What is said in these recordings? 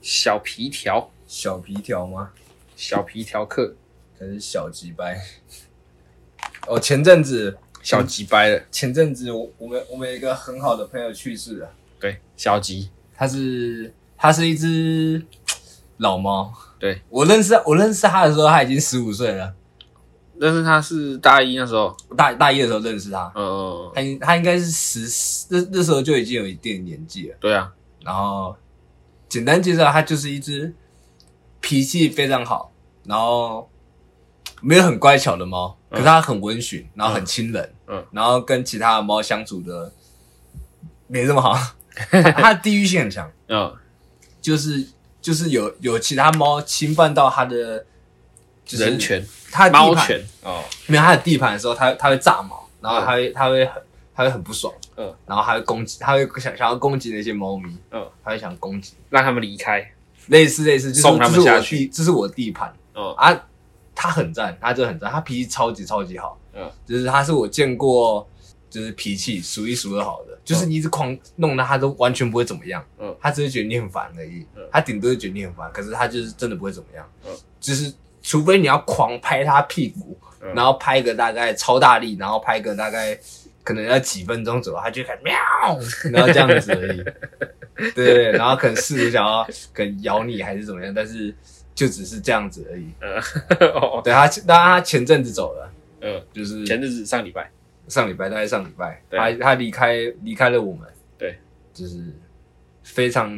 小皮条，小皮条吗？小皮条客，还是小鸡掰？ 哦，前阵子小鸡掰了，前阵子我我们我们有一个很好的朋友去世了，对，小鸡，它是它是一只老猫。对，我认识我认识它的时候，它已经十五岁了。但是他是大一那时候，大大一的时候认识它，呃，它应它应该是十那那时候就已经有一定的年纪了。对啊，然后简单介绍，它就是一只脾气非常好，然后没有很乖巧的猫，可是它很温驯，然后很亲人，嗯嗯然后跟其他的猫相处的没这 么好，它它的地域性很强，嗯，就是就是有有其他猫侵犯到它的、就是、人，权，它的地猫盘，权，哦，没有它的地盘的时候，它它会炸毛，然后它会它会很它会很不爽，嗯，然后它会攻击，它会想想要攻击那些猫咪，嗯，它会想攻击。让他们离开，类似类似，就是送他们这是我下去地，这是我地盘哦，啊。他很赞，他真的很赞，他脾气超级超级好，嗯，就是他是我见过就是脾气数一数二好的，就是你一直狂弄他，他都完全不会怎么样，嗯他只是觉得你很烦而已，嗯他顶多就觉得你很烦，可是他就是真的不会怎么样，嗯就是除非你要狂拍他屁股，嗯然后拍个大概超大力，然后拍个大概可能要几分钟左右，他就开 始喵，然后这样子而已。对对对，然后可能试图想要可能咬你还是怎么样，但是就只是这样子而已。呃， 哦，对他，当然他前阵子走了，呃，就是前日子上礼拜，上礼拜，大概上礼拜，对他他离开离开了我们。对，就是非常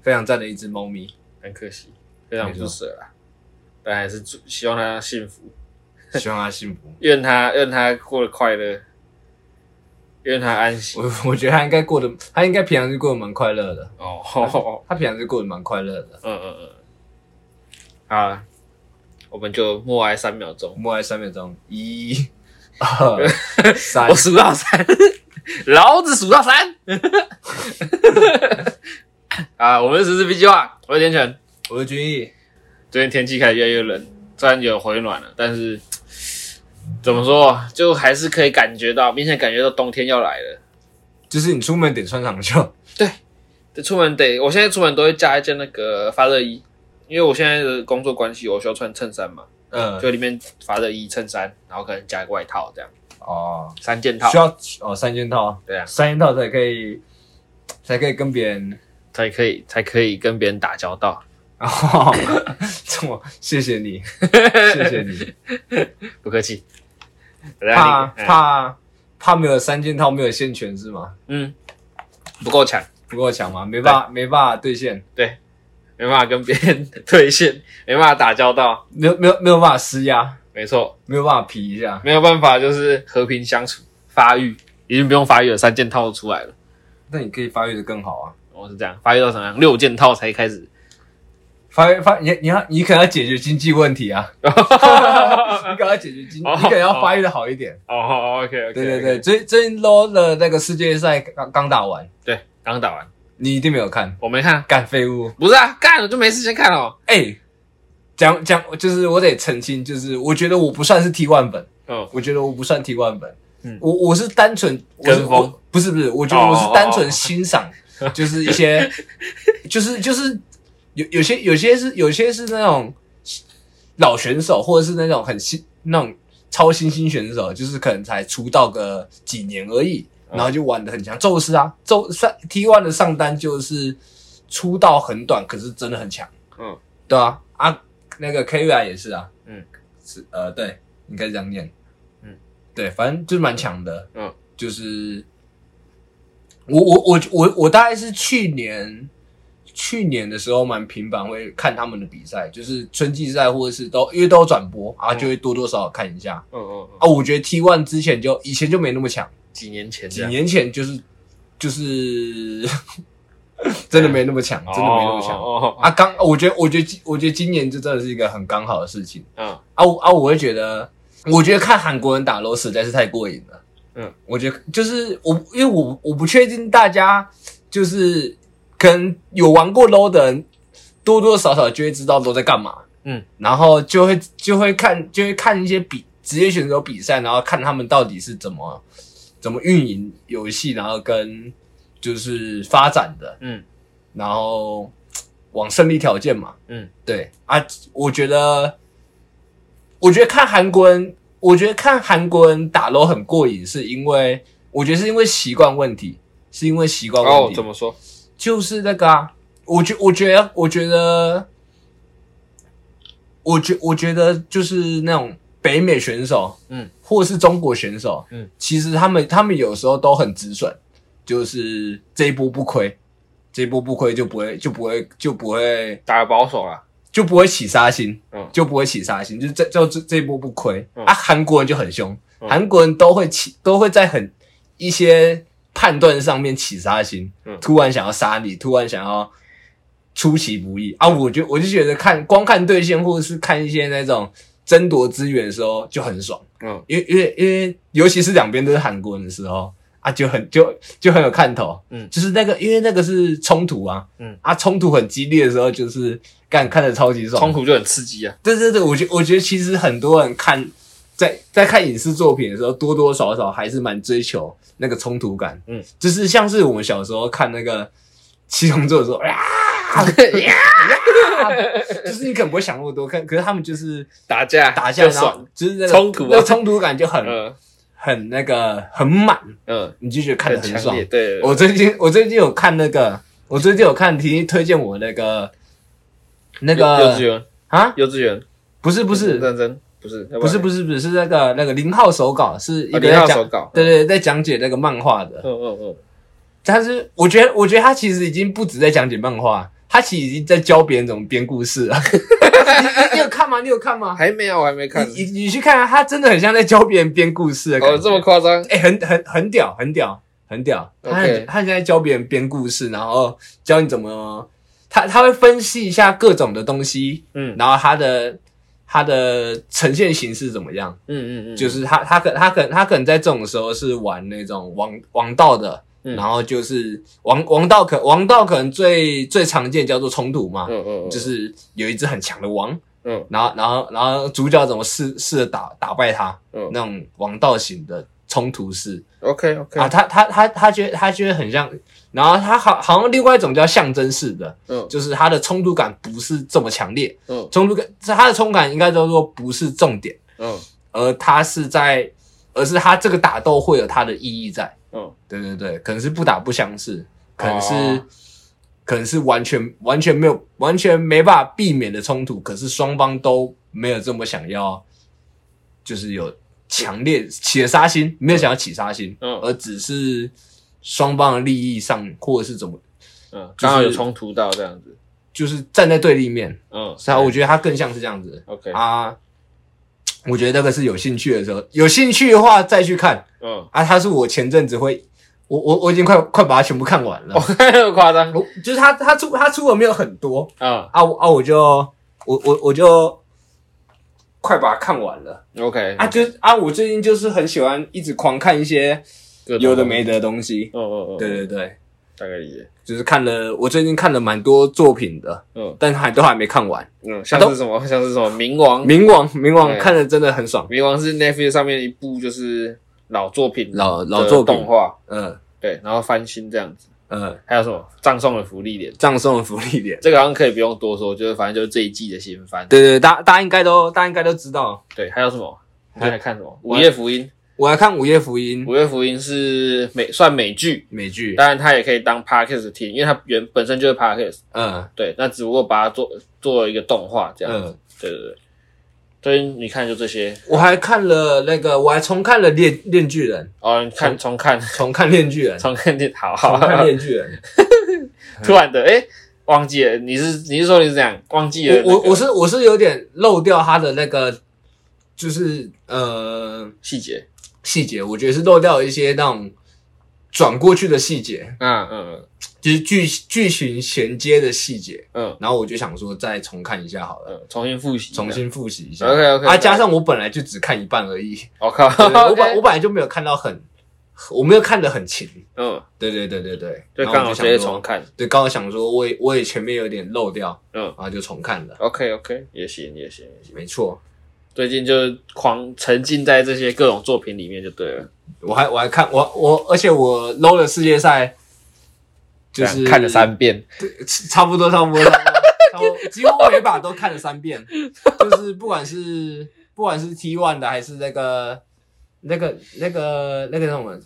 非常赞的一只猫咪，很可惜，非常不舍啦，但还是祝希望他幸福， 希望它幸福。愿他愿他过得快乐，愿他安息，我 我觉得它应该过得，它应该平常就过得蛮快乐的。哦，吼吼吼它平常就过得蛮快乐的。嗯嗯嗯，好啦，我们就默哀三秒钟。默哀三秒钟，一、二、 三我。数到三，老子数到三。啊，我们是实施 B 计划，我是田权。我是君毅，最近天气开始越来越冷，虽然有回暖了，但是怎么说，就还是可以感觉到，明显感觉到冬天要来了。就是你出门得穿长袖，这出门得，我现在出门都会加一件那个发热衣，因为我现在的工作关系，我需要穿衬衫嘛，嗯，就里面发热衣、衬衫，然后可能加个外套这样，哦，三件套需，要哦三件套，对啊三件套才可以，才可以跟别人。才可以才可以跟别人打交道，哦， 这么谢 谢你，谢谢你。不客气。怕哎怕怕没有三件套没有现全是吗？嗯，不够强，不够强吗？没办法没办法兑现，没办法跟别人对线，没办法打交道，没有没有没有办法施压，没错，没有办法皮一下。没有办法，就是和平相处，发育已经不用发育了，三件套出来了，那你可以发育的更好啊，我是这样，发育到什么样？六件套才开始，发育发你你要你可能要解决经济问题啊，你哦可能要解决经，哦你可能要发育的好一点。 ，OK OK，对对对，最最近 LO 的那个世界赛刚刚打完，对，刚打完，你一定没有看，我没看，干废物！不是啊，干了就没事先看哦，哎、讲讲就是我得澄清，就是我觉得我不算是 T one 本，嗯我觉得我不算 T one 本，嗯我我是单纯我是跟风我不是不是，我觉得我哦是哦单纯 欣赏，就是一些，就是就是有有些有些是有些是那种老选手，或者是那种很新那种超新星选手，就是可能才出道个几年而已，嗯然后就玩的很强。宙斯啊，宙上 T one 的上单就是出道很短，可是真的很强。嗯，对啊，啊，那个 k u a 也是啊，嗯，是呃，对，应该这样念，嗯，对，反正就是蛮强的，嗯，就是我我我我我大概是去年去年的时候蛮频繁会看他们的比赛，就是春季赛或者是都因为都有转播啊，嗯就会多多少少看一下、嗯嗯，啊。我觉得 T one 之前就以前就没那么强，几年前这几样，年前就是就是 真的没那么强，真的没那么强。哦，哦啊，刚我觉得，我觉得今，我觉得今年这真的是一个很刚好的事情哦啊我啊！我会觉得，我觉得看韩国人打 LO 实在是太过瘾了。嗯，我觉得就是我，因为我我不确定大家就是可能有玩过 LO 的人，多多少少就会知道 LO 在干嘛。嗯，然后就会就会看就会看一些比职业选手比赛，然后看他们到底是怎么怎么运营游戏，然后跟就是发展的。嗯然后往胜利条件嘛。嗯，对啊，我觉得，我觉得看韩国人，我觉得看韩国人打 l 很过瘾，是因为我觉得是因为习惯问题，是因为习惯问哦，题。怎么说？就是那个啊，我觉我觉得我觉得，我觉我觉得就是那种北美选手，嗯，或者是中国选手，嗯，其实他们他们有时候都很止损，就是这一波不亏，这一波不亏就不会就不会就不会打保守啦，就不会起杀心，嗯就不会起杀心，就是这就这这一波不亏、嗯啊。韩国人就很凶，嗯韩国人都会起都会在很一些判断上面起杀心，嗯突然想要杀你，突然想要出其不意嗯啊。我就我就觉得看光看对线或者是看一些那种争夺资源的时候就很爽，嗯因为因为因为尤其是两边都是韩国人的时候啊，就很就就很有看头，嗯就是那个因为那个是冲突啊，嗯啊冲突很激烈的时候就是干看的超级爽，冲突就很刺激啊。对对对，我觉我觉得其实很多人看在在看影视作品的时候，多多少少还是蛮追求那个冲突感。嗯，就是像是我们小时候看那个《七龙珠》的 时候，啊，就是你可能不会想那么多，可可是他们就是打架打架，就然后爽，就是那个冲突啊那个冲突感就很、嗯很那个很满，嗯，你就觉得看得很强爽烈，。对，我最近我最近有看那个，我最近有看提推荐我那个那那幼稚个园，啊，幼稚园不是不是，认真，不是不是不是是不是是那个那个零号手稿，是一个零在号讲、哦手稿，对对对在讲解那个漫画的。嗯嗯嗯，但是我觉得我觉得他其实已经不止在讲解漫画，他其实已经在教别人怎么编故 事了。你你你有看吗？你有看吗？还没有，我还没看。你你你去看、啊，他真的很像在教别人编故事的感觉。哦，这么夸张？哎、很很很屌，很屌，很屌。他很 OK 他现在教别人编故事，然后教你怎么，他他会分析一下各种的东西，嗯然后他的他的呈现形式怎么样。嗯嗯嗯，就是他他可他可他可能在这种时候是玩那种王王道的，嗯然后就是王王道可王道可能最最常见叫做冲突嘛，嗯嗯，嗯就是有一只很强的王，嗯然后然后然后主角怎么试试着打打败他，嗯那种王道型的冲突式，OK OK，啊，他他他他觉得他觉得很像，然后他好好像另外一种叫象征式的，嗯就是他的冲突感不是这么强烈，嗯冲突感他的冲突感应该叫做不是重点。嗯而他是在，而是他这个打斗会有它的意义在。嗯对对对，可能是不打不相识，可能是、哦可能是完全完全没有完全没办法避免的冲突，可是双方都没有这么想要，就是有强烈起了杀心，没有想要起杀心，嗯而只是双方的利益上或者是怎么，嗯，呃就刚是好有冲突到这样子，就是站在对立面。嗯，是啊，我觉得他更像是这样子 OK，啊。我觉得那个是有兴趣的时候，有兴趣的话再去看。嗯，啊，他是我前阵子会，我我我已经快快把它全部看完了。哦，那么夸张我就是他他出他出的没有很多啊啊我啊，我就我我我就快把它看完了，OK，啊，就是啊，我最近就是很喜欢一直狂看一些各种有的，没的东西。嗯嗯嗯，对，对对，大概理解，就是看了我最近看了蛮多作品的，嗯但还啊都还没看完。嗯，像是什么，像是什么冥王，冥王冥王对看的真的很爽，冥王是 Netflix 上面一部就是老作品，老老作品动，画，嗯对，然后翻新这样子，嗯，还有什么葬送的福利脸，葬送的福利脸。这个好像可以不用多说，就是反正就是这一季的新番，对对，大大家应该都大家应该都知道，对，还有什么？你还还看什么？午夜福音，我来看《午夜福音》午夜福音是美算美剧，美剧，当然它也可以当 podcast 听，因为它原本身就是 podcast。嗯对，那只不过把它做做一个动画这样。嗯，对对对，所以你看就这些我还看了那个，我还重看了《恋恋巨人哦，你看重看》，重看《恋巨人》， 重看电，好好重看《好，恋巨人 突然的哎、诶忘记了，你是你是说你是这样忘记了那》个、我我我是我是有点漏掉他的那个，就是呃细节，细节，我觉得是漏掉一些那种转过去的细节，嗯嗯就是剧剧情衔接的细节。嗯然后我就想说再重看一下好了，嗯，重新复习，重。新复习一下。 OK，OK，OK 啊，加上我本来就只看一半而 已，我、靠，对我 OK 本我本来就没有看到很，我没有看得很勤。嗯，对对对对对，就然后刚我好直想接说重看。对，刚好想说，我也我也前面有点漏掉，嗯然后就重看了， OK OK，也行也行也行。没错。最近就狂沉浸在这些各种作品里面就对了，我还我还看我我，而且我 low 了世界赛，就是啊这样看了三遍。差不多差不多，差不多超几乎每把都看了三遍，就是不管是不管是 T one 的还是那个那个那个那个什么，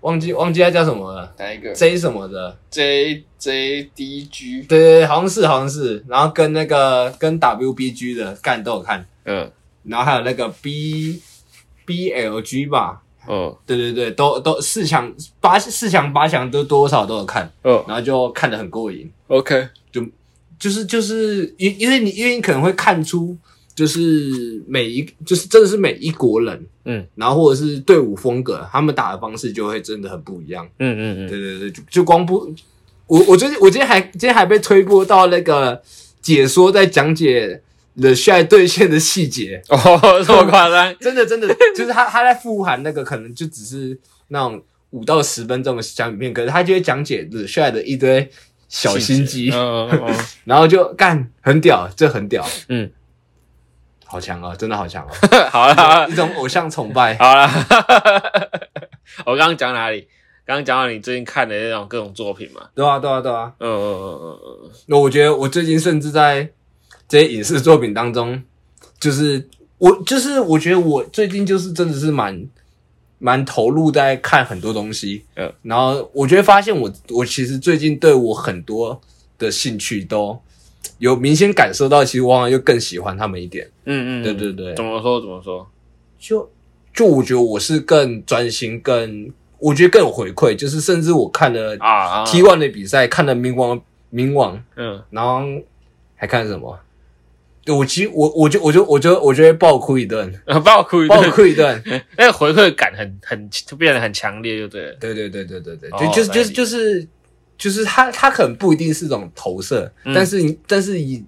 忘记忘记他叫什么了哪一个，J 什么的， ？J J D G，对对对，好像是好像是，然后跟那个跟 WBG 的干都有看，嗯然后还有那个 B BLG 吧，哦对对对，都都四强八四强八强都多少都有看，哦然后就看得很过瘾。 ，OK，就是就是因因为你因为你可能会看出，就是每一就是真的是每一国人，嗯，然后或者是队伍风格，他们打的方式就会真的很不一样。嗯嗯嗯，对对对，就就光不，我我最近我今天还今天还被推播到那个解说在讲解 The Shy 对线的细节， 哦，这么夸张？真的真的就是他他在富含那个可能就只是那种五到十分钟的小影片，可是他就会讲解 The Shy 的一堆小心机。嗯嗯嗯然后就干，很屌，这很屌，嗯，好强哦，真的好强哦，嗯，好了 好了一种偶像崇拜。好了， 我刚刚讲哪里？刚刚讲到你最近看的那种各种作品嘛？对啊，对啊，对啊。嗯嗯嗯嗯那我觉得我最近甚至在这些影视作品当中，就是我就是我觉得我最近就是真的是蛮蛮投入在看很多东西，嗯，然后我就会发现我我其实最近对我很多的兴趣都有明显感受到，其实我好像又更喜欢他们一点。嗯嗯，对对对，怎么说怎么说？就就我觉得我是更专心，更我觉得更有回馈，就是甚至我看了啊啊， T one 的比赛，看了冥王冥王，嗯 然后还看什么？对我其实我我就我就我就我就会爆哭 一顿，啊，把我哭一爆顿，哭一顿。那个哎回馈感很很就变得很强烈，就对了。对对对对对对，哦就就来是就是理就是就是他他可能不一定是种投射，嗯但是你但是你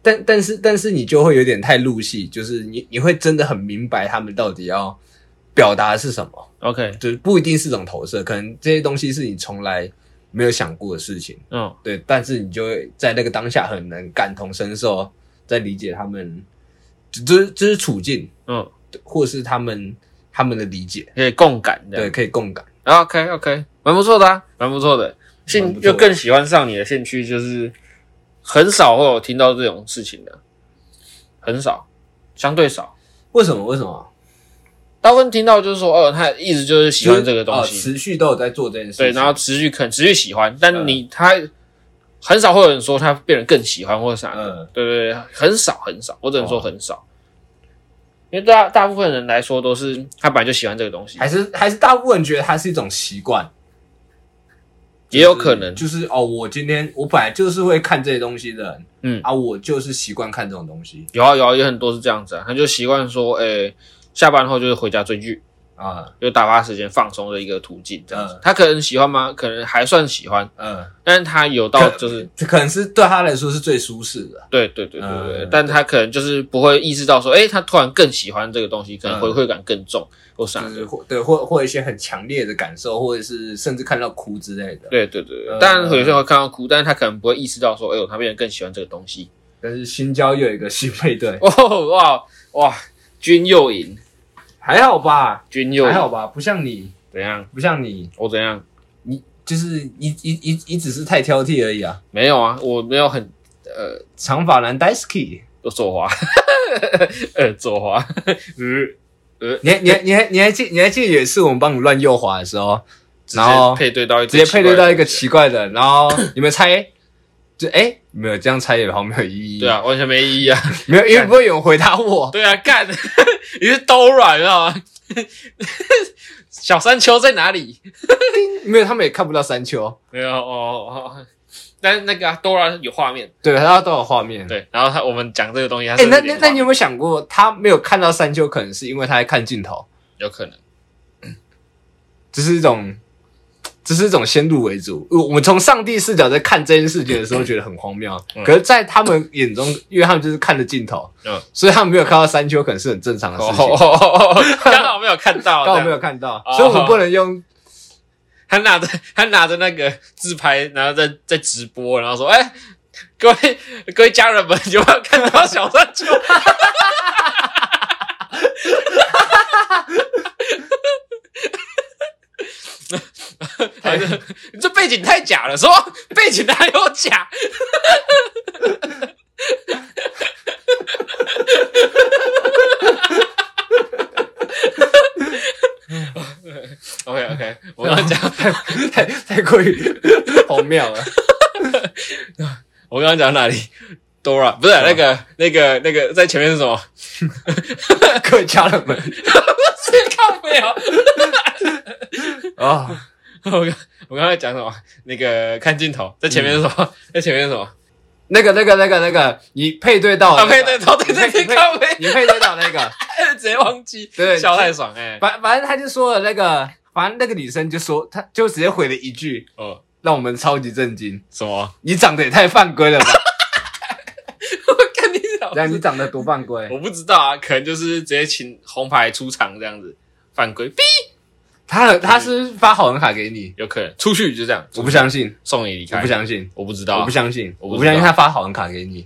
但但是但是你就会有点太入戏，就是你你会真的很明白他们到底要表达的是什么。 OK，就是不一定是种投射，可能这些东西是你从来没有想过的事情，嗯对，但是你就会在那个当下很能感同身受，在理解他们，就就是就是处境，嗯，对或是他们他们的理解，可以共感这对，样。可以共感。 OK OK，蛮不错的啊，蛮不错的。蛮兴不错的又更喜欢上你的兴趣，就是很少会有听到这种事情的，很少，相对少。为什么？为什么？大部分听到就是说，哦，他一直就是喜欢这个东就是西，哦持续都有在做这件事情。对，然后持续肯持续喜欢，但嗯你他很少会有人说他变得更喜欢或者啥的，嗯对对对，很少很少，我只能说哦很少，因为大大部分人来说都是他本来就喜欢这个东西，还是还是大部分人觉得它是一种习惯，也有可能，就是就是哦，我今天我本来就是会看这些东西的人，嗯啊，我就是习惯看这种东西有啊有啊，有很多是这样子啊，他就习惯说，诶、下班后就是回家追剧，啊，就打发时间放松的一个途径，这样子。嗯他可能喜欢吗？可能还算喜欢，嗯，但是他有到可就是，这可能是对他来说是最舒适的。啊对对对对对，嗯但他可能就是不会意识到说，诶、他突然更喜欢这个东西，可能嗯回馈感更重或啥就的。是或对或或一些很强烈的感受，或者是甚至看到哭之类的。对对对，对嗯当然有些人会看到哭，但是他可能不会意识到说，哎呦，他变得更喜欢这个东西。但是新交又有一个新配对， 哦哇哇，军又赢，还好吧，军又还好赢，吧，不像你，怎样？不像你，我怎样？你就是你你你你只是太挑剔而已啊。没有啊，我没有很呃长发男 Daisky，左滑，呃左滑，呃你还你还你还你还记你还记得有一次我们帮你乱右滑的时候，直然后接配对到一直接配对到一个奇怪的，然后你们猜，就哎、没有这样猜也好像没有意义，对，啊，完全没意义啊。没有因为不会有人回答我，对啊，干，你是兜软，知道吗？小山丘在哪里？没有他们也看不到山丘，没有哦哦，哦但是那个啊兜软有画面，对，他都有画面，对，然后他我们讲这个东西，哎哎、那那那你有没有想过，他没有看到山丘，可能是因为他在看镜头，有可能，这是一种，这是一种先入为主。我我们从上帝视角在看这件事情的时候，觉得很荒谬，嗯 可是，在他们眼中，因为他们就是看着镜头，嗯，所以他们没有看到山丘，可能是很正常的哦事情。哦哦，哦刚好没有看到，刚好这没有样，看到，哦所以我们不能 用。他拿着他拿着那个自拍，然后在在直播，然后说，哎、各位各位家人们，有没有看到小山 丘？ 还是你这背景太假了，说背景哪有假？ OK，我刚刚讲，太太太过于 荒谬了。我刚刚讲哪里？Dora 不是那个那个那个在前面是什么？各位家人们是靠没哦有？啊， 我刚我刚才讲什么？那个看镜头在前面是什么？嗯在前面是什么？那个那个那个那个，你配对到啊，哦那个配对头，对对对，你配靠背， 你配对到那个，直接忘记，对笑太爽哎。反反正他就说了那个，反正那个女生就说，她就直接回了一句，哦，让我们超级震惊。什 么？你长得也太犯规了 吧？我看你老然你长得多犯规？ 我不知道啊，可能就是直接请红牌出场这样子，犯规， 哔 他他是发好人卡给你，有可能出去就这样，我不相信，送你离我开，不，相信，我不知道啊，我不相信，我我不知道不相信他发好人卡给你。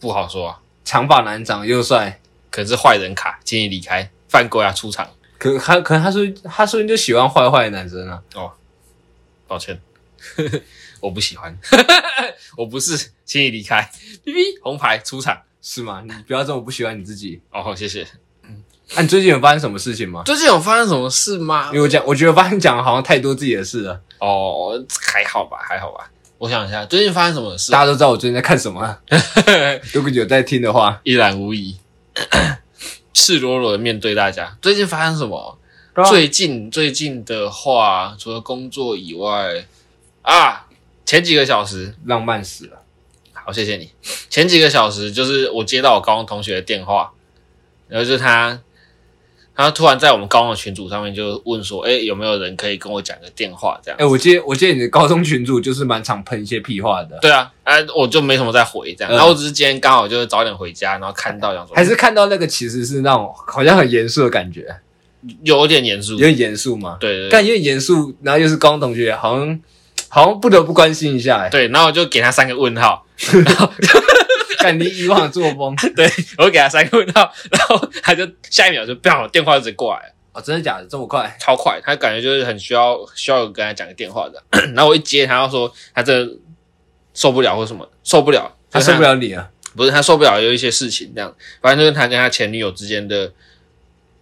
不好说啊，长发男长得又帅，可能是坏人卡，请你离开，犯规啊，出场，可他可能他说他说你就喜欢坏坏的男生啊。抱歉， 我不喜欢， 我不是，请你离开，哔哔，红牌出场，是吗？你不要这么不喜欢你自己。哦，好，谢谢。啊，你最近有发生什么事情吗？最近有发生什么事吗因？为我讲，我觉得我发现讲得好像太多自己的事了。哦，还好吧，还好吧。我想一下，最近发生什么事 大？家都知道我最近在看什么啊。如果有在听的话，一览无遗， 赤裸裸的面对大家。最近发生什么？对啊最近最近的话，除了工作以外，啊，前几个小时，浪漫啊死了。好，谢谢你。前几个小时就是我接到我高中同学的电话，然后就是他，他突然在我们高中的群组上面就问说，哎、有没有人可以跟我讲个电话？这样哎、，我记得我记得你的高中群主就是蛮常喷一些屁话的，对啊，啊，我就没什么再回这样。嗯然后我只是今天刚好就是早点回家，然后看到想说，还是看到那个其实是那种好像很严肃的感觉，有点严肃，有对点严肃嘛，对对。但有点严肃，然后又是高中同学，好像好像不得不关心一下、哎，对，然后我就给他三个问号，看你以往的作风 对我就给他三个问号，然后他就下一秒就砰，电话就直接过来了，哦，真的假的这么快？超快，他感觉就是很需要需要有跟他讲个电话的。 然后我一接，他就说他真的受不了或什么受不了，他受不，了你啊！不是他受不了有一些事情这样，反正就是他跟他前女友之间的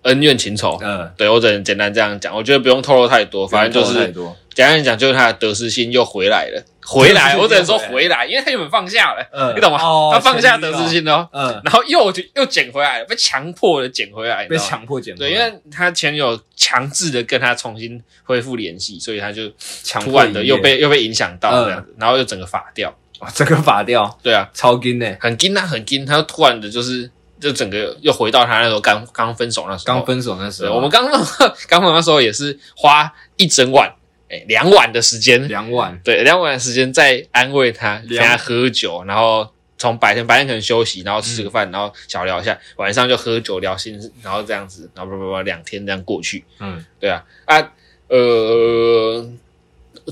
恩怨情仇。嗯，对我只能简单这样讲，我觉得不用透露太多，反正就不要透露太是多，简单讲，就是他的得失心又回来了，回得失来，心我只能说又回来回来，因为他原本放下 了，嗯呃你懂吗？哦他放下前女得友失心了哦。嗯，然后又就又捡回来了，被强迫的捡回来，你被知道吗强迫减，对，因为他前女友强制的跟他重新恢复联系，所以他就强迫突然的营又业被又被影响到嗯这样子，然后又整个法掉，哇这个法掉对啊，超金呢、很惊啊，很惊，他又突然的就是就整个又回到他那时候刚刚分手那时候，刚分手那时对，候，我们刚刚分手那时候 也是花一整晚，哎，两晚的时间，两晚，对，两晚的时间在安慰他，陪两他喝酒，然后从白天白天可能休息，然后嗯吃个饭，然后小聊一下，晚上就喝酒聊心事，然后这样子，然后叭叭叭两天这样过去，嗯，对啊，啊，呃，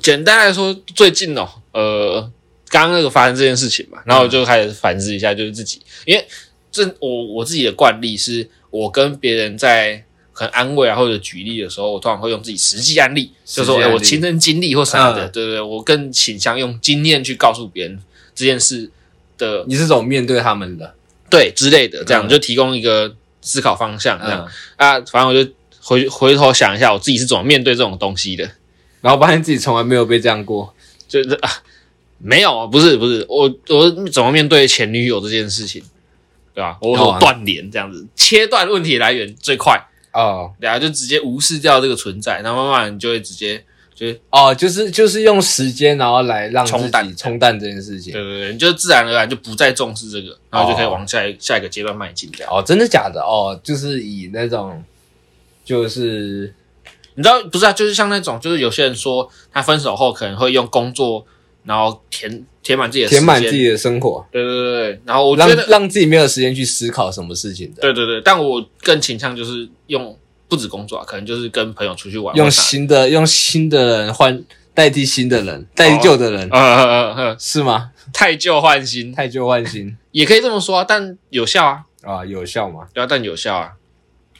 简单来说，最近哦，呃，刚刚那个发生这件事情嘛，然后我就开始反思一下，就是自己，因为这我我自己的惯例是，我跟别人在。很安慰啊，或者举例的时候，我通常会用自己实际案例，就说、实际哎，案例我亲身经历或啥的，嗯对对对，我更倾向用经验去告诉别人这件事的你是怎么面对他们的？对之类的，这样、嗯就提供一个思考方向，这样、嗯，啊，反正我就回回头想一下，我自己是怎么面对这种东西的。然后发现自己从来没有被这样过，就是啊，没有，啊不是不是，我我怎么面对前女友这件事情，对吧、我哦我断联这样子，切断问题来源最快，哦对啊，就直接无视掉这个存在，然后慢慢你就会直接，就是哦，就是就是用时间，然后来让自冲淡己冲淡这件事对情。对对，你就自然而然就不再重视这个，然后就可以哦往下一、下一个阶段迈进这样。哦，真的假的？哦，就是以那种，就是你知道不是啊？就是像那种，就是有些人说他分手后可能会用工作，然后填填满自己的时填满间自己的生活，对对对对，然后我觉让得让自己没有时间去思考什么事情的，对对对，但我更倾向就是用不止工作、啊，可能就是跟朋友出去玩，用或啥新的用新的人换代替新的哦人，代替旧的人，呃呃呃呃，是吗？太旧换新太旧换新也可以这么说啊，但有效啊，啊，有效吗？对啊，但有效啊，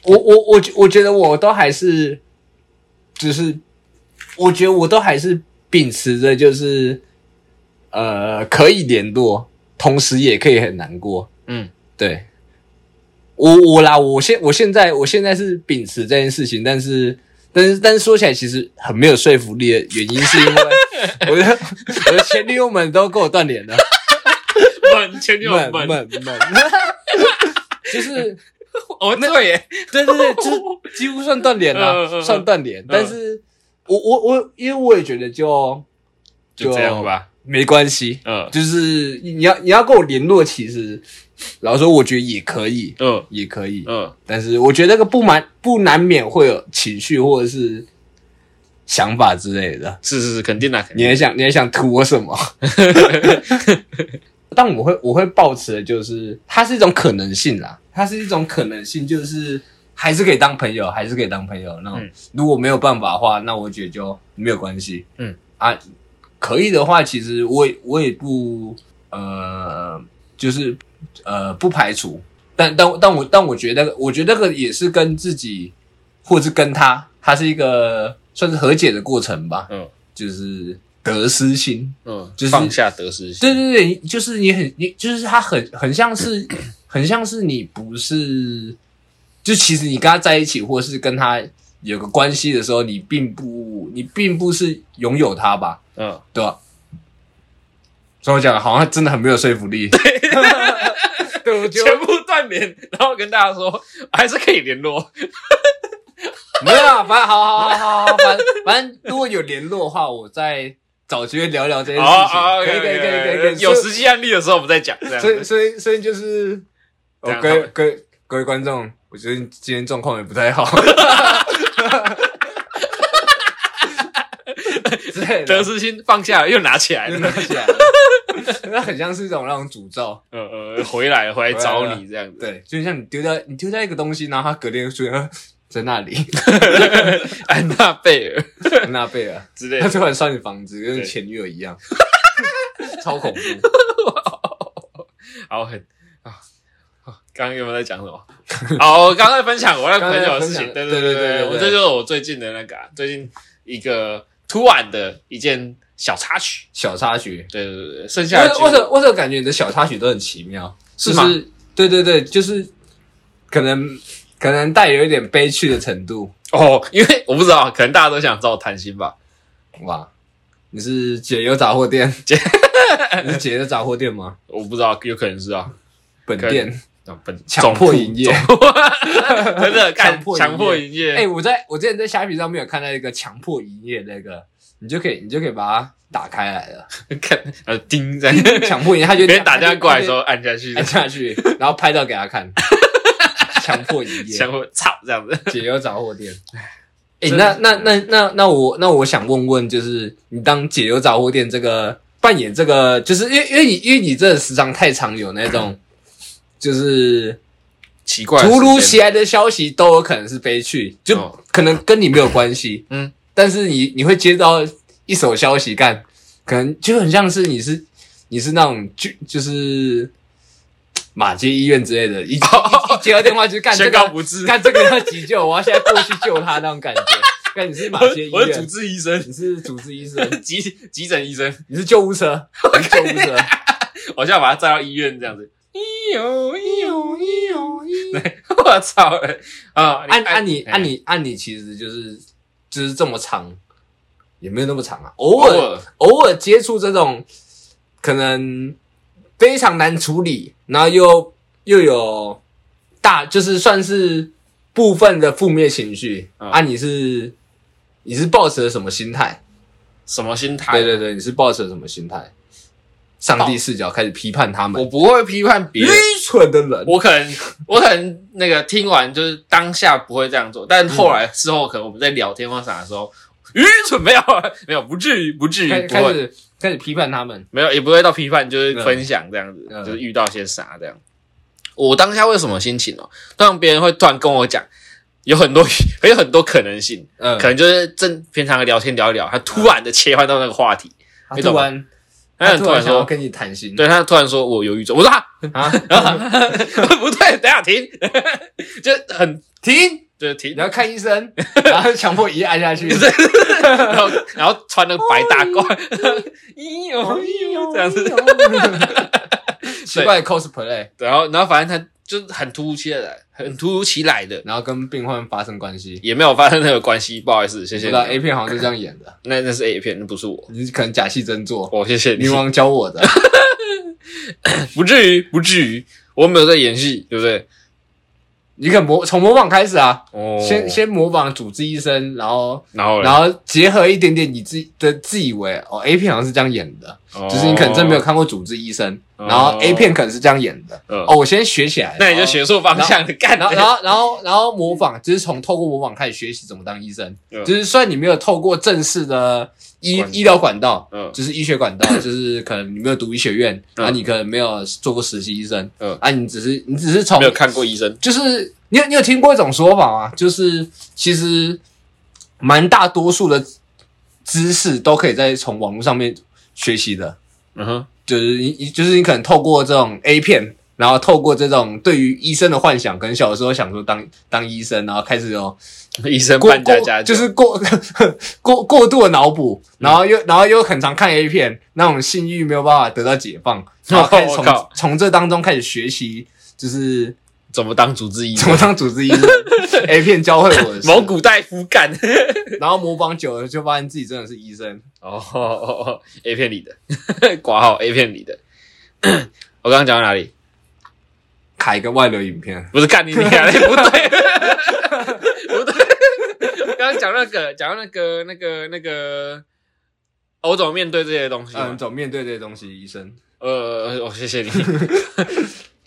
我我我觉我觉得我都还是，就是我觉得我都还是秉持着就是，呃，可以联络，同时也可以很难过。嗯，对，我我啦，我现我现在我现在是秉持这件事情，但是但是但是说起来其实很没有说服力的原因，是因为我的我的前女友们都跟我断联了，闷前女友闷闷，闷闷， 就是哦对耶，对对对，就是几乎算断 联嗯嗯了，嗯算断联。但是我我我，因为我也觉得就就这样吧，没关系，嗯就是你要你要跟我联络，其实老实说，我觉得也可以，嗯也可以。嗯，但是我觉得那个不满不难免会有情绪或者是想法之类的。是是是，肯定啦，肯你定还想你还想图我什么？ 但我会我会抱持的就是，它是一种可能性啦，它是一种可能性，就是还是可以当朋友，还是可以当朋友。那种、嗯如果没有办法的话，那我觉得就没有关系。嗯啊，可以的话，其实我也我也不呃，就是呃不排除，但但但我但我觉得，我觉得那个也是跟自己或是跟他，它是一个算是和解的过程吧。嗯就是得失心。嗯，就是放下得失心，对对对，就是你很你就是他很很像是很像是你不是，就其实你跟他在一起，或是跟他有个关系的时候，你并不你并不是拥有他吧，嗯，对吧？所以我讲得好像真的很没有说服力。对，对我觉得全部断联，然后跟大家说还是可以联络，没有啊，反正好好好好好，反正反正如果有联络的话，我再找机会聊聊这件好事情。好，呃可以可以可以可以可以，有所以实际案例的时候我们再讲，这样所以所以所以就是，这哦样，各他位们各位各位观众，我觉得今天状况也不 太好。之类得的，失心放下了又拿起来真了，的假的？ 那很像是一种那种诅咒，呃呃，回来回来找你这样子，对，就像你丢掉你丢掉一个东西，然后它隔天就出现呃在那 里， 安娜贝尔纳贝尔， 之类他的，突然上你房子，跟对前女友一样， 超恐怖。好很啊，啊刚刚有没有在讲什 么？好，我刚才分享我那朋友的事情，刚才分享对对对对对对对我这就是我最近的那个啊最近一个突然的一件小插曲，小插曲，对对对对，剩我下的怎几我乎怎我怎么感觉你的小插曲都很奇妙？是就吗对对对，就是可能可能带有一点悲剧的程度。哦，因为我不知道，可能大家都想找我谈心吧，哇，你是解忧杂货店？解你是解忧杂货店吗？我不知道，有可能是啊，本可以店啊本强迫营业。总部 真的干强迫营业强迫营业，哎、我在我之前在虾皮上面有看到一个强迫营业那个，你就可以你就可以把它打开来了。看呃盯在 强迫营业，他就别人打电话过来的时候候按下去，按下去，然后拍照给他看。强迫营 业，强迫操这样子。 解忧杂货店。哎、真那的那那那那我那我想问问，就是你当解忧杂货店这个扮演这个，就是因为因为你因为你这时常太常有那种，就是奇怪的时突间，如其来的消息都有可能是悲剧，就哦可能跟你没有关系，嗯，但是你你会接到一手消息干，可能就很像是你是你是那种就就是马街医院之类的，一一一一接到电话就是干哦这宣个啊告不 治。干这个要急救，我要现在过去救他那种 感觉。干你是马我街医是我是主院，治医生， 你是主治医生， 急急诊医生，你是救护车，你是救护车。我现在把他载到医院这样子。咦呦咦呦咦呦咦！ 对我操！哎啊，按按你哎按你按你，其实就是就是这么长，也没有那么长啊。偶偶尔尔偶尔接触这种可能非常难处理，然后又又有大就是算是部分的负面情绪嗯啊。你是你是抱持了什么心态？什么心态？对对对，你是抱着什么心态？上帝视角开始批判他我们，不会批判 别人，蠢的人，我可能我可能那个听完就是当下不会这样做，但后嗯来事后可能我们在聊天或啥的时候，愚蠢没有啊没有不至于不至开于不开会始开始批判他们。没有也不会到批判，就是嗯分享这样子，嗯就是遇到些啥这样。我当下会什么心情哦？当别人会突然跟我讲，有很多 有很多可能性，嗯可，能就是正平常的聊天聊一聊，他突然的切换到那个话题，他你懂突吗然他很他哎突突然然想要说，跟你谈心，对他突然说我忧郁症，我说啊，啊，然后 不对，等一下停， 就很停，就是停 你，要看医 生，然后强迫一按下去， 然后然后穿那个白大 褂，哎咦 呦咦呦这样子，奇怪的 cosplay，然后然后反正他就是很突如其来的，很突如其来的，然后跟病患发生关系。也没有发生任何关系，不 好意思，谢不谢知道你。 A 片好像是这样演的，那那是 A 片，那不是我，你可能假戏真做，我、谢谢你女，王教我 的。 不至于，不至于，我没有在演戏，对不对？你可模从模仿开始啊，哦，先，先模仿主治医生，然后然后嘞，然后结合一点点你自己的自以为哦，A 片好像是这样演的，后只是你可能真没有，看过主治医生，然后 A 片可能是这样演的。嗯哦，我先学起来，哦那你就学术方向的干， 哎然后，然后，然后，然后模仿，就是从透过模仿开始学习怎么当医生。嗯就是虽然你没有透过正式的医管道医疗管道，嗯就是医学 管道，就是可能你没有读医学院，嗯啊，你可能没有做过实习医生，嗯啊，你只是你只是从没有看过医生，就是你有你有听过一种说法吗？就是其实蛮大多数的知识都可以在从网络上面学习的，嗯哼，就是你你就是你可能透过这种 A 片，然后透过这种对于医生的幻想，可能小的时候想说当当医生，然后开始有 医生过扮家家过酒就是过 过过度的脑补，然后又、然后又很常看 A 片，那种性欲没有办法得到解放，然后开始我从哦靠从这当中开始学习，就是怎么当主治医怎生么，当主治医生 ，A 片教会我的事蒙古大夫干， 然后模仿久了就发现自己真的是医生，哦哦哦，A 片里的， 挂号 A 片里的， 我刚刚讲到哪里？卡一个外流影片。不是干你你啊，那不对，不对。刚刚讲那个，讲到那个，那个，那个，欧总面对这些东西嘛，嗯，怎么面对这些东西？医生，呃，我、谢谢你。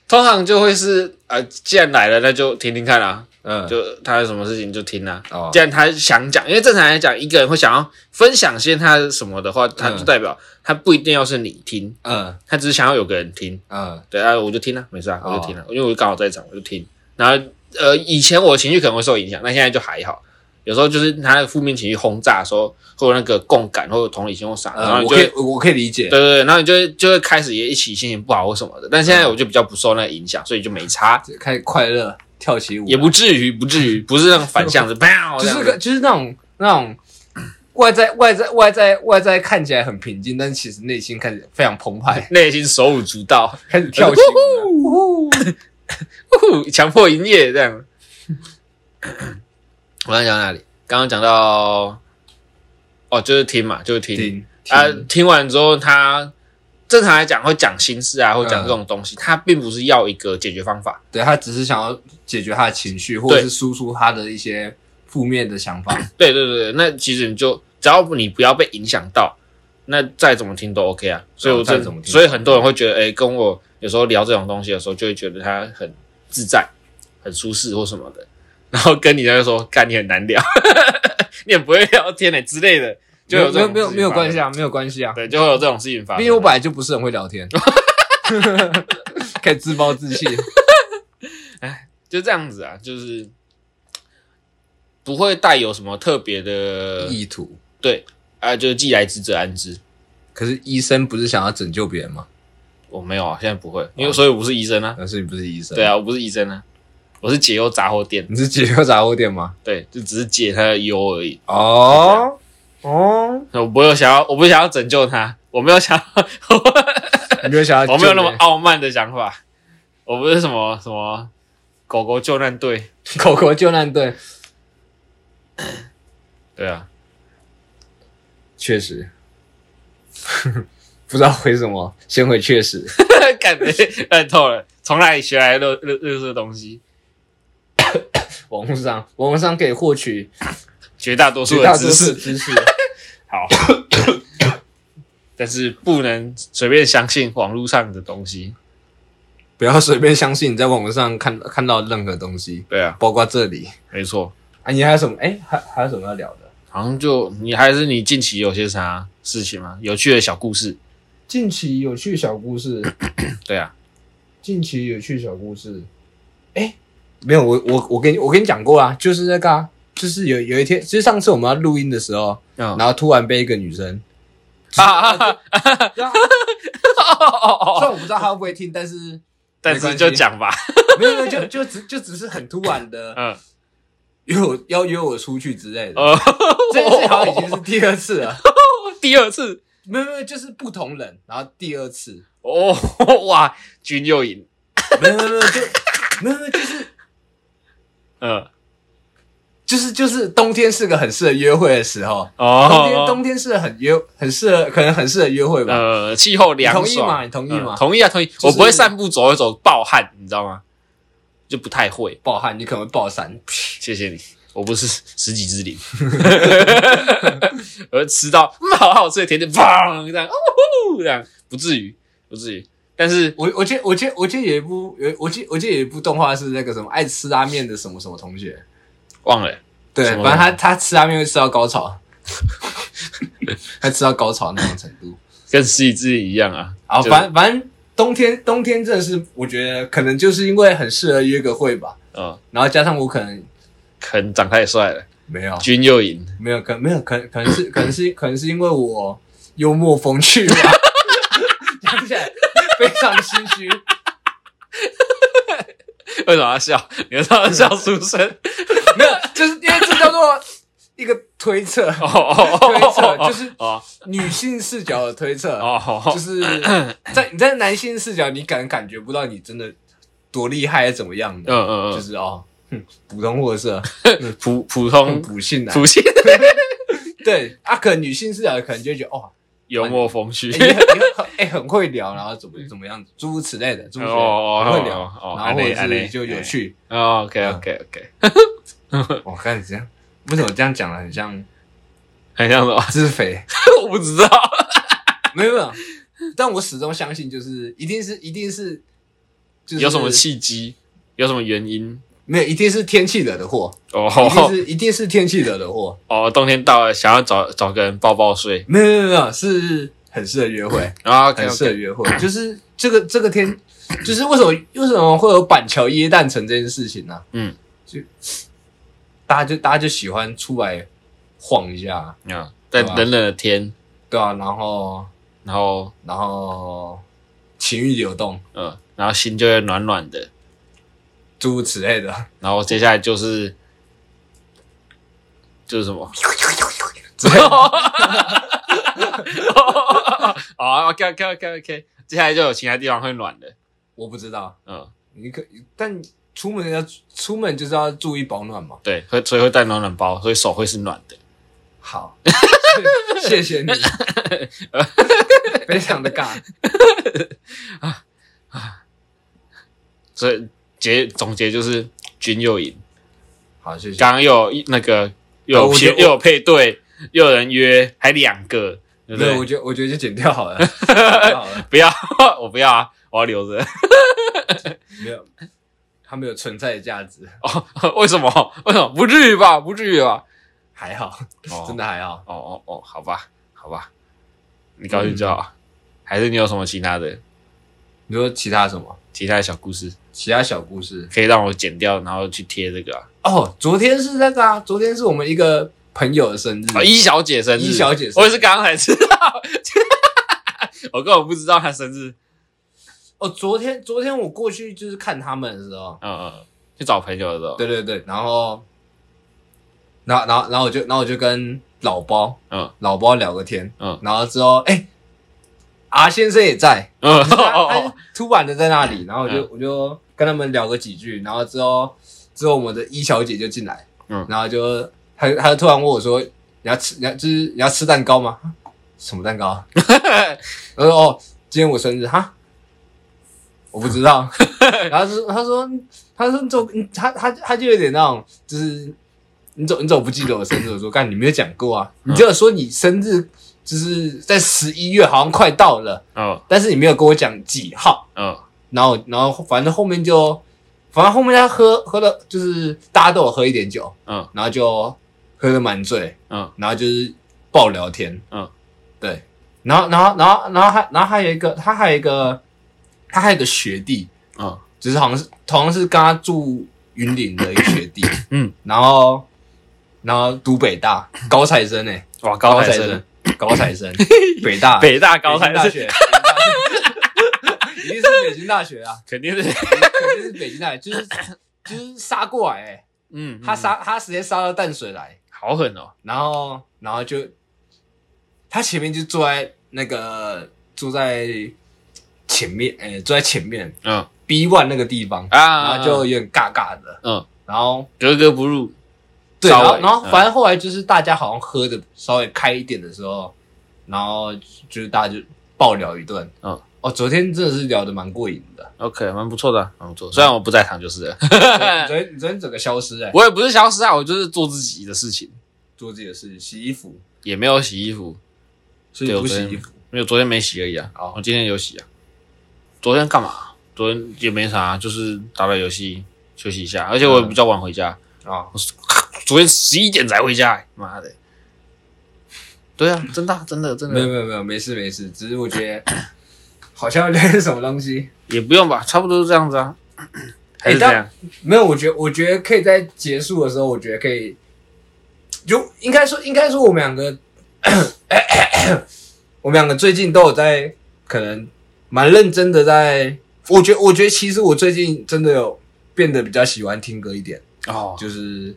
通常就会是，呃，既然来了，那就听听看啦、嗯，就他有什么事情就听啦、哦既然他想讲，因为正常来讲，一个人会想要分享些他什么的话，他就代表他不一定要是你听，嗯他只是想要有个人听。嗯对啊，我就听了、没事啊，我哦就听了、因为我刚好在场，我就听。然后呃，以前我情绪可能会受影响，那现在就还好。有时候就是他的负面情绪轰炸的时候，会有那个共感，或者同理心或啥，然后嗯，你就我可会、以我可以理解对，对对，然后你就会就会开始也一起心情不好或什么的。但现在我就比较不受那个影响，所以就没差，开始快乐跳起舞，啊也不至于不至于，不是那种 反向的，砰就这样子是个就是那种那种外在外在外在外在看起来很平静，但是其实内心开始非常 澎湃，内心手舞足蹈，开始跳起舞了。呼强迫营业这 样。我刚讲到哪里？刚刚讲到哦，就是听嘛，就是停啊停，听完之后，他正常来讲会讲心事嗯啊，会讲这种东西，他并不是要一个解决方法。对他只是想要解决他的情绪，或者是输出他的一些负面的想法。对对对，对那其实你就只要你不要被影响到，那再怎么听都 OK 啊。所以我哦再真怎么听所以很多人会觉得，哎、跟我有时候聊这种东西的时候，就会觉得他很自在、很舒适或什么的。然后跟你在那说，干你很难聊， 你也不会聊天呢、欸之类的，就没有有这没种有没有没有关系啊，啊，没有关系啊，对，就会有这种事情发生。毕竟我本来就不是很会聊天， 可以自暴自 弃。就这样子啊，就是不会带有什么特别的意图，对啊，就是既来之则安之。可是医生不是想要拯救别人吗？我没有啊，现在不会，哦因为所以我不是医生啊，但是你不是医生，对，啊，我不是医生啊，我是解忧杂货店，你是解忧杂货店吗？对，就只是解他的忧而已。哦 哦，我不会想要，我不想要拯救他，我没有想要，你没有想要救我哦人，没有那么傲慢的想法，我不是什么什么狗狗救难队， 狗狗救难队，对啊， 确实， 不知道回什么，先回确实。感觉 烂透了，从哪里学来的乐乐色东西？网络上，网络上可以获取绝大多数绝的大知多数识的，知识。 好， 但是不能随便相信网络上的东西。不要随便相信你在网络上看看到任何东西，对啊，包括这里。没错，啊，你还有什么？哎、还还有什么要聊的？好像就你还是你近期有些啥事情吗？有趣的小故事？近期有趣小故 事，对啊，近期有趣小故事。哎、没有，我我我跟你我跟你讲过啊，就是那个、啊，就是有有一天，就是上次我们要录音的时候，嗯然后突然被一个女生，啊啊对啊虽 啊！然我不知道她会不会听，但是 但是就讲吧，没有没有，就就只就只是很突然 的哦嗯，约我要约我出去之类的。呃，这件事好像已经是第二次了，第二次 没有没有，就是不同人，然后第二次， 哦，哇，军又赢，没有没有没有，就没有没有，就是嗯，就是就是冬天是个很适合约会的时候，冬天哦，冬天是很约很适合，可能很适合约会吧。呃，气候你凉同意吗？爽，你同意嗯吗？同意啊，同意。是我不会散步走一走暴汗，你知道吗？就不太会。暴汗，你可能会暴闪。谢谢你，我不是十几只灵，我会吃到嗯好好吃的甜点，砰这样，哦呼这样不至于，不至于。但是我我记得我记得我记得有一部有我记得我记得有一部动画是那个什么爱吃拉面的什么什么同学，忘了，对，什么反正他他吃拉面会吃到高潮， 他吃到高潮那种程度。跟十几只灵一样啊。啊，就反正反正冬天冬天真的是，我觉得可能就是因为很适合约个会吧，嗯，然后加上我可能可能长太帅了，没有君又赢。没有可没有可能可能是 可能是可能是因为我幽默风趣吧， 讲起来非常心虚，为什么要笑？你要让他笑出声？没有，就是因为这叫做一个推测，哦哦推测就是哦女性视角的推测，哦，就是 在你在男性视角，你感感觉不到你真的多厉害是怎么样的，嗯嗯就嗯，是哦，哼普通货色，普普通普信男。普信对啊，可能女性视角可能就会觉得哦，幽默风趣 哎、。你很你很哎、很会聊，然后怎么怎么样，诸如此类的，诸如此类的嗯哦哦很会聊，哦哦然后或安者内是就有趣。 OK OK OK，我看你这样，为什么这样讲的很 像很像什么？自肥？我不知道。没有没有，但我始终相信，就是一定是一定是，就是有什么契机？有什么原因？没有，一定是天气惹的祸，哦一定是一定是天气惹的祸。哦，冬天到了，想要找找个人抱抱睡没有没有没有，是很适合约会。啊，OK，很适合 OK，约会。就是这个这个天， 就是为什么为什么会有板桥椰蛋城这件事情呢、嗯，就大家就大家就喜欢出来晃一下，啊，在冷冷的天，对啊，然后然后然后情欲流动，嗯，然后心就会暖暖的，诸如此类的 然后接下来就是就是什么？之 类的。好，OK OK OK OK，接下来就有其他地方会暖的，我不知道，嗯，你可但出门要出门就是要注意保暖嘛。对，会所以会带暖暖包，所以手会是暖的。好， 谢 谢你，非常的尬。所以结总结就是均又赢，好，谢谢。刚刚又有一那个又有哦我配、觉得又有配对，又有人约，还两个，对不对，我对？觉得我觉得就剪 掉好了，剪掉好了。不要， 我不要啊，我要留着。 没有，它没有存在的价值， 哦，为什么？为什么？不至于吧？不至于吧？还好，哦 真的还好。哦哦哦，好吧，好吧，你高兴就嗯好。还是你有什么其他的你说其他什么？其他的小故事，其他小故事可以让我剪掉，然后去贴这个、啊？哦，昨天是那个啊，昨天是我们一个朋友的生日，哦，一小姐生日，嗯一小姐生日我也是刚刚才知道， 我根本不知道她生日。哦，昨天昨天我过去就是看他们的时候，嗯嗯，去找朋友的时候，对对对，然后，然后然后然后我就然后我就跟老包嗯老包聊个天，嗯然后之后哎，R 先生也在，嗯， 就是他哦他突然的在那里，然后我就、嗯我就跟他们聊个几句，然后之后之后我们的一小姐就进来，嗯然后就她她就突然问我说：“你要吃你要就是你要吃蛋糕吗？什么蛋糕啊？” 我说：“哦，今天我生日哈。”我不知道， 然后就是他说，他说你怎么，你他他他就有点那种，就是你怎么你怎么不记得我生日？我说干，你没有讲过啊，嗯你只有说你生日就是在十一月，好像快到了，哦但是你没有跟我讲几号，哦然后然后反正后面就，反正后面他喝喝了，就是大家都有喝一点酒，嗯然后就喝的蛮醉，嗯然后就是爆聊天，嗯，对，然后然后然后然后还然后还有一个他还有一个他还有一个学弟，嗯就是好像是好像是跟他住云林的一个学弟， 嗯，然后然后读北大高材生哎、哇，高材材生，，高 材生，北大北大高北京材大生，学， 一定是北京大学啊，肯定 是，肯定是北京大学，就是就是杀过来、欸，嗯，他嗯，杀他直接杀到淡水来，好狠哦，然后然后就他前面就坐在那个坐在。前面，哎、坐在前面嗯 B one 那个地方，然啊，后就有点尬尬的，嗯然后格格不入，对，然稍后微然后嗯反正后来就是大家好像喝的稍微开一点的时候，然后就是大家就爆聊一顿，嗯，哦，昨天真的是聊得蛮过瘾 的， OK，蛮不错的，啊蛮不错。虽然我不在场就是了， 你昨天你昨天整个消失哎、我也不是消失啊，我就是做自己的事情，做自己的事，洗衣服，也没有洗衣服，所以对你我不昨洗天衣服，没有昨天没洗而已啊。好我今天有洗啊。昨天干嘛？昨天也没啥，就是打打游戏，休息一下。而且嗯我也比较晚回家，啊，昨天十一点才回家，妈的！对啊，真的啊真的真没有的没有没有，没事没事，只是我觉得好像有点什么东西。也不用吧，差不多是这样子啊，还是这但样。没有，我觉得我觉得可以在结束的时候，我觉得可以，就应该说应该说我们两个， 我们两个最近都有在可能蛮认真的在，我觉得我觉得其实我最近真的有变得比较喜欢听歌一点，哦，就是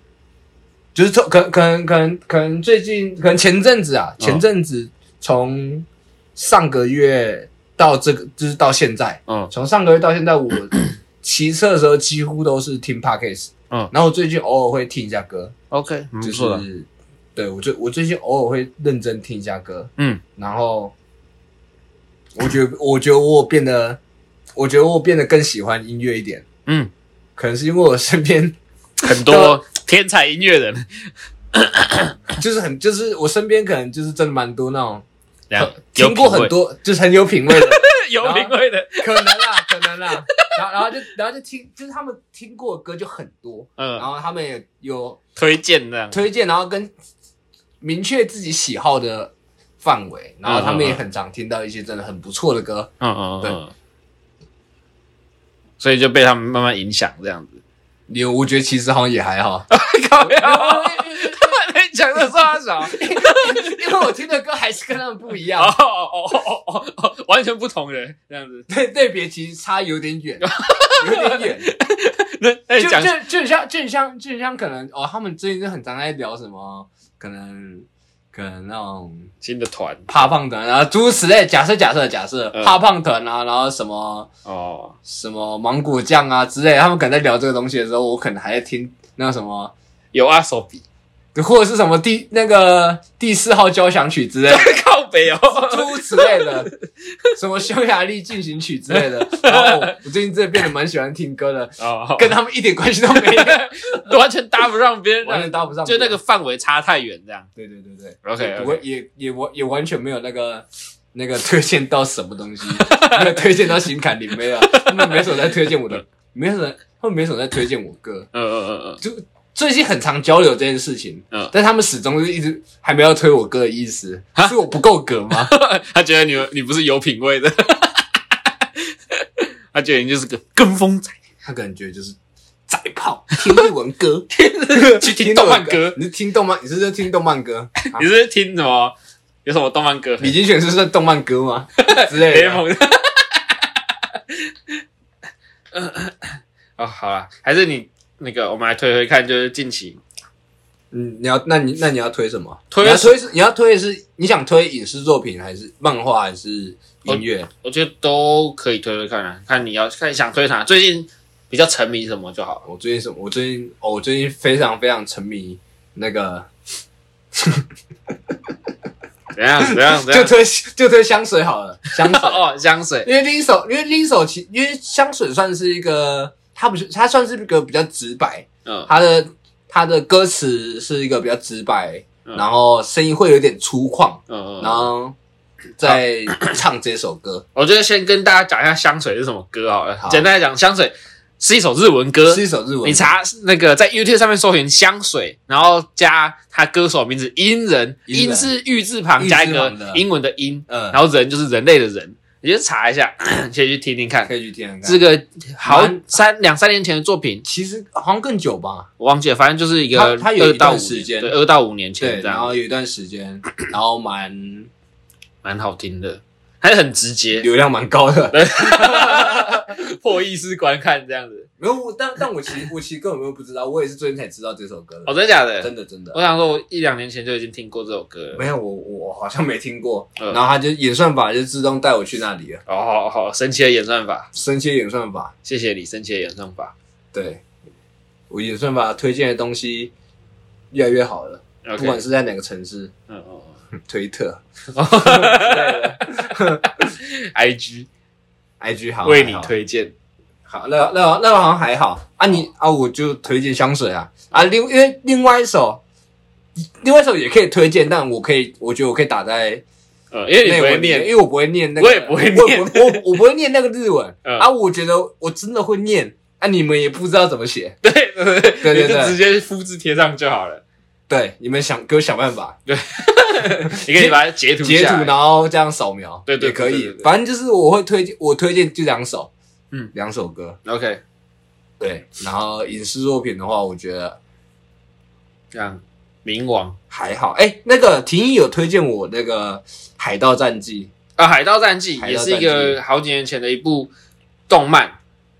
就是从可可能可能可能最近可能前阵子啊，前阵子从上个月到这个就是到现在，嗯从上个月到现在，我骑车的时候几乎都是听 podcast，嗯然后我最近偶尔会听一下歌， ，OK，蛮就不错嗯的。是对我最我最近偶尔会认真听一下歌，嗯，然后我觉得我觉得我变得，我觉得我变得更喜欢音乐一点， 嗯，可能是因为我身边很多天才音乐 人，就是很就是我身边可能就是真的蛮多那种这样有听过品味很多就是很有品味的，有品味的，可能啦可能啦，然后然后就然后就听就是他们听过的歌就很多，然嗯，后他们也有。推荐这样。推荐，然后跟明确自己喜好的范围，然后他们也很常听到一些真的很不错的歌。嗯嗯对嗯，所以就被他们慢慢影响这 样子。你我觉得其实好像也还 好，搞 笑，你讲的啥少？因为我听的歌还是跟他们不一 哦样，哦哦哦哦， 完全不同人这样子。 对类别其实差有点远，有点远。那那你 就讲就就很像就很像就很像可能哦，他们最近就很常在聊什么，可能可能那种新的团怕胖团啊，诸如此类。假设假设假设嗯怕胖团啊，然后什么。哦，什么芒果酱啊之类的，他们可能在聊这个东西的时候，我可能还在听那个什么，有阿手 比或者是什么第那个第四号交响曲之类的，靠北 诸哦。如此类的， 什么匈牙利进行曲之类的。然后我我最近真的变得蛮喜欢听歌的，哦，跟他们一点关系都没 有，完全搭不上边，完全搭不上边。就那个范围差太远这样。对，对对对 OK，OK 我也也完也完全没有那个。那个推荐到什么东西？没有推荐到心坎里，没有，啊他们没什么在推荐我的，没什么，他们没什么在推荐我歌。嗯嗯嗯就最近很常交流这件事情，嗯但他们始终是一直还没有推我歌的意思，是我不够格吗？嗯，他觉得你你不是有品味的，他觉得你就是个跟风仔，他感觉就是宅炮， 听日文歌，去 听听动漫日文歌。你是听动漫，你是在听动漫 歌？啊你是听什么？有什么动漫歌？李金选是算动漫 歌吗？之类联的。盟。哦，好啦，还是你那个，我们来推推看，就是近期嗯，你要那你那你要推什么？推你要推是你要推的是你想推影视作品还是漫画还是音乐？我觉得都可以推推看啊，看你要看你想推啥，最近比较沉迷什么就好了。我最近什么？我最近哦，我最近非常非常沉迷那个，怎样怎样怎 就样？推就推香水好了，香水。哦，香水，因为 Lizzo，因为 Lizzo 其因为香水算是一个，它不是它算是一个比较直白，嗯它的它的歌词是一个比较直白，嗯然后声音会有点粗犷，嗯然嗯。后在唱这首歌我觉得先跟大家讲一下香水是什么歌好了。好简单来讲，香水是一首日文歌是，一首日文你查那个在 YouTube 上面搜寻香水，然后加他歌手名字音人，音人音是玉字旁加一玉字个旁的英文的音，嗯然后人就是人类的人，你就查一下， 先去听听看可。以去听看看这个好蛮三两三年前的作品，其实好像更久吧，我忘记了，反正就是一个它它有一二到五段时年间对，二到五年对，前这然样，后有一段时间，然后蛮蛮好听的，还很直 接，流量蛮高的，破意识观看这样子。没有，我但但我其实我其实根本就不知道，我也是最近才知道这首歌哦，的，真的假的？真的真的我，想说，我一两年前就已经听过这首歌了。没有我我我好像没听过，嗯然后他就演算法就自动带我去那里了，哦，好好，神奇的演算法，升切演算法，谢谢你，神奇的演算法。对我演算法推荐的东西越来越好了，不 OK，管是在哪个城市，嗯哦推 特、 ，IG IG 好，为你还好推荐好，那那那个好像还好啊你，啊我就推荐香水啊啊，另因为另外一首，另外一首也可以推荐，但我可以，我觉得我可以打在呃，因为你内不文会里面，念，因为我不会念那个，我也不会我念我我我不会念那个日文、 嗯啊，我觉得我真的会念啊，你们也不知道怎么写，对对对 对对你就对直接复制贴上就好了。对，你们想给我想办法你可以把它截图截下图，来然后这样扫描，对对也可对以对对，对反正就是我会推荐，我推荐就两首，嗯，两首歌， OK，对，然后影视作品的话，我觉得。这样冥王还好，哎、那个婷宜有推荐我那个《海盗战记啊，《海盗战记》海也盗是一战个好几年前的一部动漫。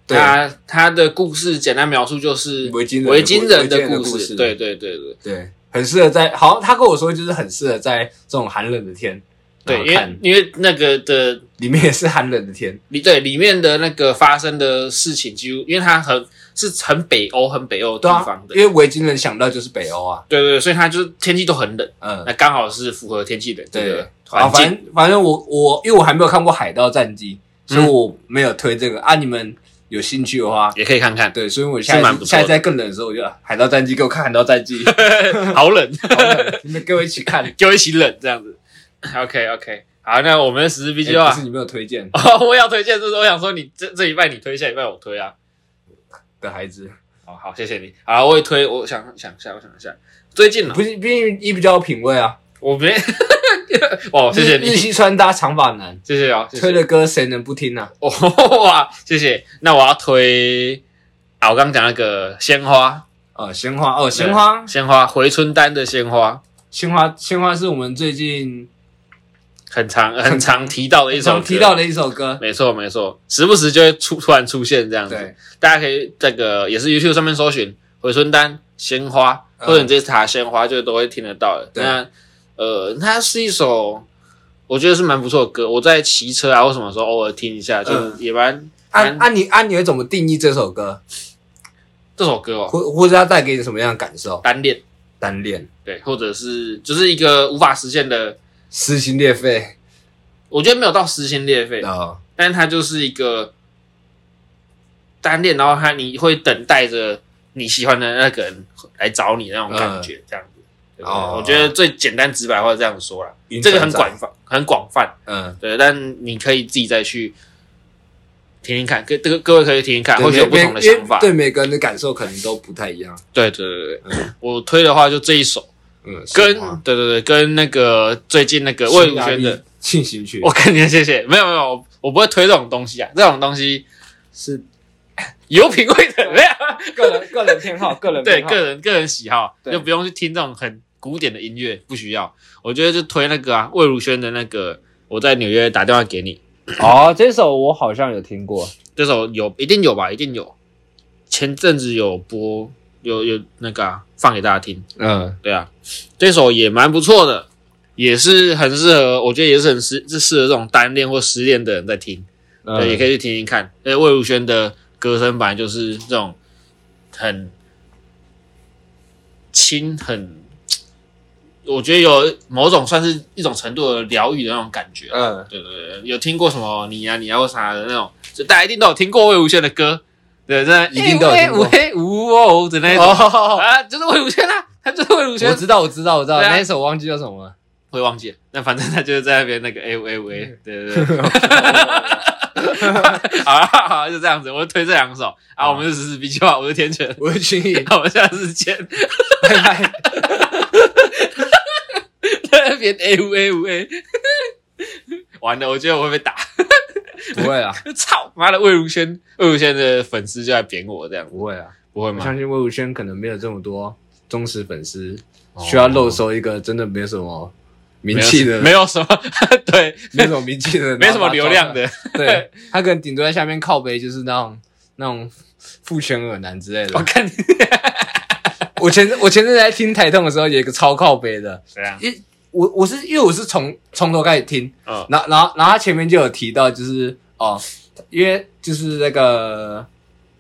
对它它的故事简单描述就是维京人的维京人的维京人的故故事对对对对》，对，很适合在，好，他跟我说就是很适合在这种寒冷的天，对，然后因为看因为那个的里面也是寒冷的天，里对里面的那个发生的事情，几乎因为它很是很北欧很北欧的对地啊方，的，因为维京人想到就是北欧啊，对对对，所以它就是天气都很冷，嗯，那刚好是符合天气的这对个，啊，哎环反境。正反正我我因为我还没有看过《海盗战记》，所以我没有推这个、啊，你们有兴趣的话。也可以看看，对，所以我下是蛮一不次错的下一次在更冷的时候，我就啊海盗战记给我看海盗战记，好冷， 好冷你们跟我一起看。就一起冷这样子。OK OK，好，那我们的十字 B 计哎划不是你没有推荐哦，我要推荐，就是我想说你这这一半你推，下一半我推啊。的孩子，好好，谢谢你。好，我也推，我想想一下，我想一下，最近呢，不是，毕竟你比较有品味啊。我没， 哦，谢谢日日你，系穿搭长发男谢谢哦，谢推谢。的歌谁能不听啊？哦 哇，谢谢。那我要推啊，我刚刚讲那个鲜花，哦，鲜花哦，鲜花，鲜花回春丹的鲜花，鲜花，鲜花是我们最近很常很常提到的一首常歌，提到的一首歌。没错没错，时不时就会出突然出现这样子。对，大家可以这个也是 YouTube 上面搜寻回春丹鲜花，嗯或者你直接查鲜花就都会听得到的。对那呃，它是一首我觉得是蛮不错的歌，我在骑车啊或什么时候偶尔听一下，就嗯也蛮按蛮按啊你按你会怎么定义这首歌，这首歌哦，或或者它带给你什么样的感受？单恋单恋、对，或者是就是一个无法实现的，撕心裂肺我觉得没有到撕心裂肺，啊，但它就是一个单恋，然后他你会等待着你喜欢的那个人来找你那种感觉，这样子。对不对嗯哦我觉得最简单直白话这样说啦，云这个很转广载泛，很广泛，嗯，对，但你可以自己再去听听看，各各各位可以听听看，对或许有不每同的因为想法。对每个人的感受可能都不太一样。对对对对，我推的话就这一首，嗯，跟鲜花对对对，跟那个最近那个魏如萱匈牙的哦利，进行曲我跟你谢谢，没有没有，我我不会推这种东西啊，这种东西是有品味的，没有。个人个人偏好，个人对偏好个人个人喜好，对就不用去听这种很古典的音乐，不需要。我觉得就推那个啊，魏如萱的那个《我在纽约打电话给你》哦，这首我好像有听过，这首有一定有吧，一定有。前阵子有播，有有那个、啊、放给大家听，嗯，对啊，这首也蛮不错的，也是很适合，我觉得也是很适是适合这种单恋或失恋的人在听，对，也可以以去听听看。呃，魏如萱的歌声本来就是这种很轻，很我觉得有某种算是一种程度的疗愈的那种感觉。啊嗯。对对对，有听过什么你啊呀、你呀、或啥的那种，就大家一定都有听过魏如萱的歌，对，真的一定都有听过喂呜哦的那种、哦，啊，就是魏如萱啊，她就是魏如我萱，知道，我知道，我知道，对啊那一首忘记叫什么了。 会忘记了，那反正她就是在那边那个哎喂嗯喂，对对对。 好啦，好啦就这样子，我就推这两首啊，好我们是十四 B 计划，我是天权，我是君 啊毅，那我们下次见，拜拜。在那边哎 A 五 A 五 A，完了，我觉得我会被打，不会啊啦，操妈的，魏如萱，魏如萱的粉丝就来扁我这样，不会啊啦。不会我吗？相信魏如萱可能没有这么多忠实粉丝，需要露收一个真的没什么名气的，哦没有什么， 对，没什么名气的，没什么流量的， 对他可能顶多在下面靠背，就是那种那种父权耳男之类我的。看你我前我前阵子在听台痛的时候，有一个超靠背的，怎样一我我是因为我是从从头开始听，嗯然后然后然后他前面就有提到，就是哦，因为就是那个，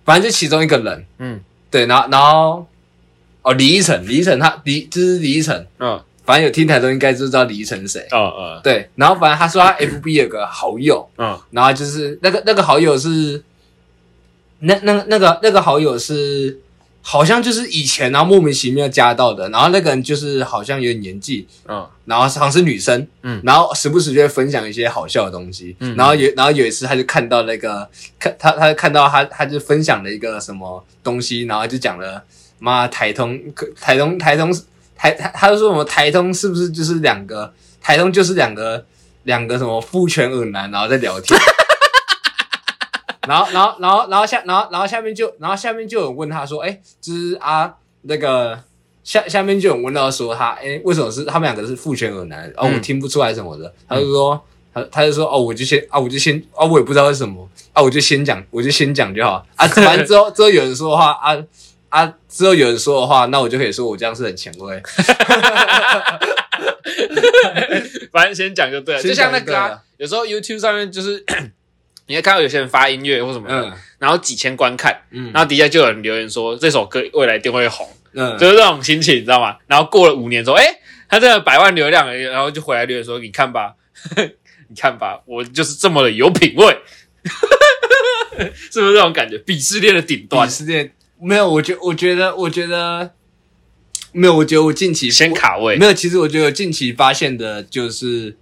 反正就其中一个人，嗯对，然后然后哦，李依晨，李依晨他李就是李依晨，嗯反正有听台都应该就知道李依晨是谁，嗯嗯对，然后反正他说他 FB 有个好友，嗯然后就是那个那个好友是，那那那个那个好友是，好像就是以前然后莫名其妙加到的，然后那个人就是好像有点年纪，嗯然后好像是女生，嗯然后时不时就会分享一些好笑的东西，嗯然后有然后有一次他就看到那个看他他看到他他就分享了一个什么东西，然后就讲了妈台通台通台通台他他就说什么台通是不是就是两个台通就是两个两个什么父权恶男，然后在聊天。 然后，然后，然后，然后下，然后，然后下面就，然后下面就有人问他说：“哎，就是啊，那个下下面就有人问到说他，哎、为什么是他们两个是父权耳男？哦，嗯我听不出来什么的。他就说，他他就说，哦，我就先啊，我就先啊，我也不知道为什么啊，我就先讲，我就先讲就好 啊。反正之后之后有人说的话啊啊，之后有人说的话，那我就可以说我这样是很前卫。 反正先讲就对了，先就像那个、讲就对啊了，有时候 YouTube 上面就是 你会看到有些人发音乐或什么的，嗯然后几千观看，嗯然后底下就有人留言说这首歌未来一定会红，嗯，就是这种心情，你知道吗？然后过了五年之后，哎、他真的百万流量了，然后就回来留言说：“你看吧， 你看吧，我就是这么的有品味。” 是不是这种感觉？鄙视链的顶端短，时间没有，我觉我觉得我觉得没有，我觉得我近期先卡位没。有，其实我觉得我近期发现的就是，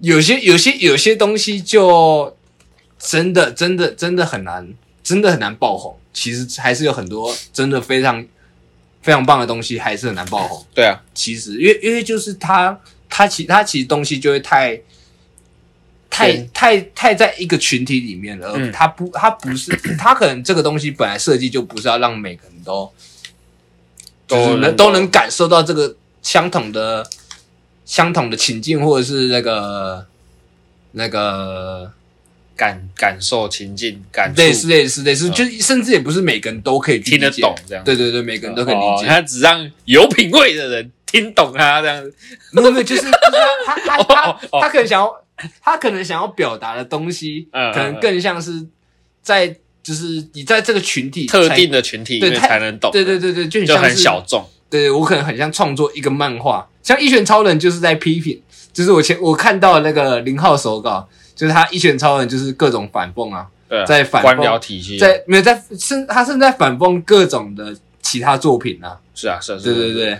有些、有些、有些东西就真的、真的、真的很难，真的很难爆红。其实还是有很多真的非常非常棒的东西，还是很难爆红。对啊，其实，因为因为就是它，它其它其实东西就会太。太对太太在一个群体里面了，嗯而它不，它不是，它可能这个东西本来设计就不是要让每个人都就是能都能感受到这个相同的相同的情境，或者是那个那个感感受情境，感触类似类似类似，嗯就甚至也不是每个人都可以去听得理解懂这样对对对，每个人都可以理哦解。他只让有品味的人听懂他这样子。没有没有，就是就是他他 他哦哦哦他他可能想要他可能想要表达的东西，嗯嗯可能更像是在就是你在这个群体特才定。的群体里面对他才能懂，对对，对对，就很就像很是小众。对我可能很像创作一个漫画，像《一拳超人》就是在批评，就是我前我看到那个零号手稿，就是他《一拳超人》就是各种反讽啊，对啊，在反官僚讽，体系，在没有在甚他甚至在反讽各种的其他作品啊，是啊是啊，是对啊对对，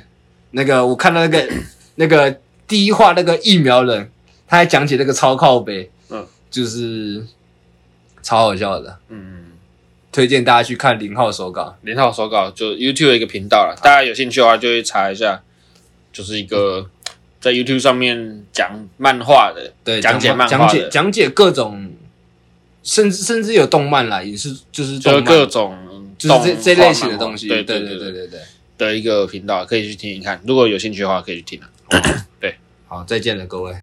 那个我看到那 个那个第一话那个疫苗人，他还讲解那个超靠北，嗯，就是超好笑的，嗯，推荐大家去看零号手稿，联套手稿就 YouTube 的一个频嗯道了，嗯大家有兴趣的话就去查一下，就是一个在 YouTube 上面讲漫画的，对，讲解漫画讲的解讲解各种，甚至甚至有动漫啦，也是就是就动是漫，各种就是这这类型的动画东西，漫画对对对对对对。 的一个频道，可以去听一看，如果有兴趣的话可以去听啊。好，再见了各位。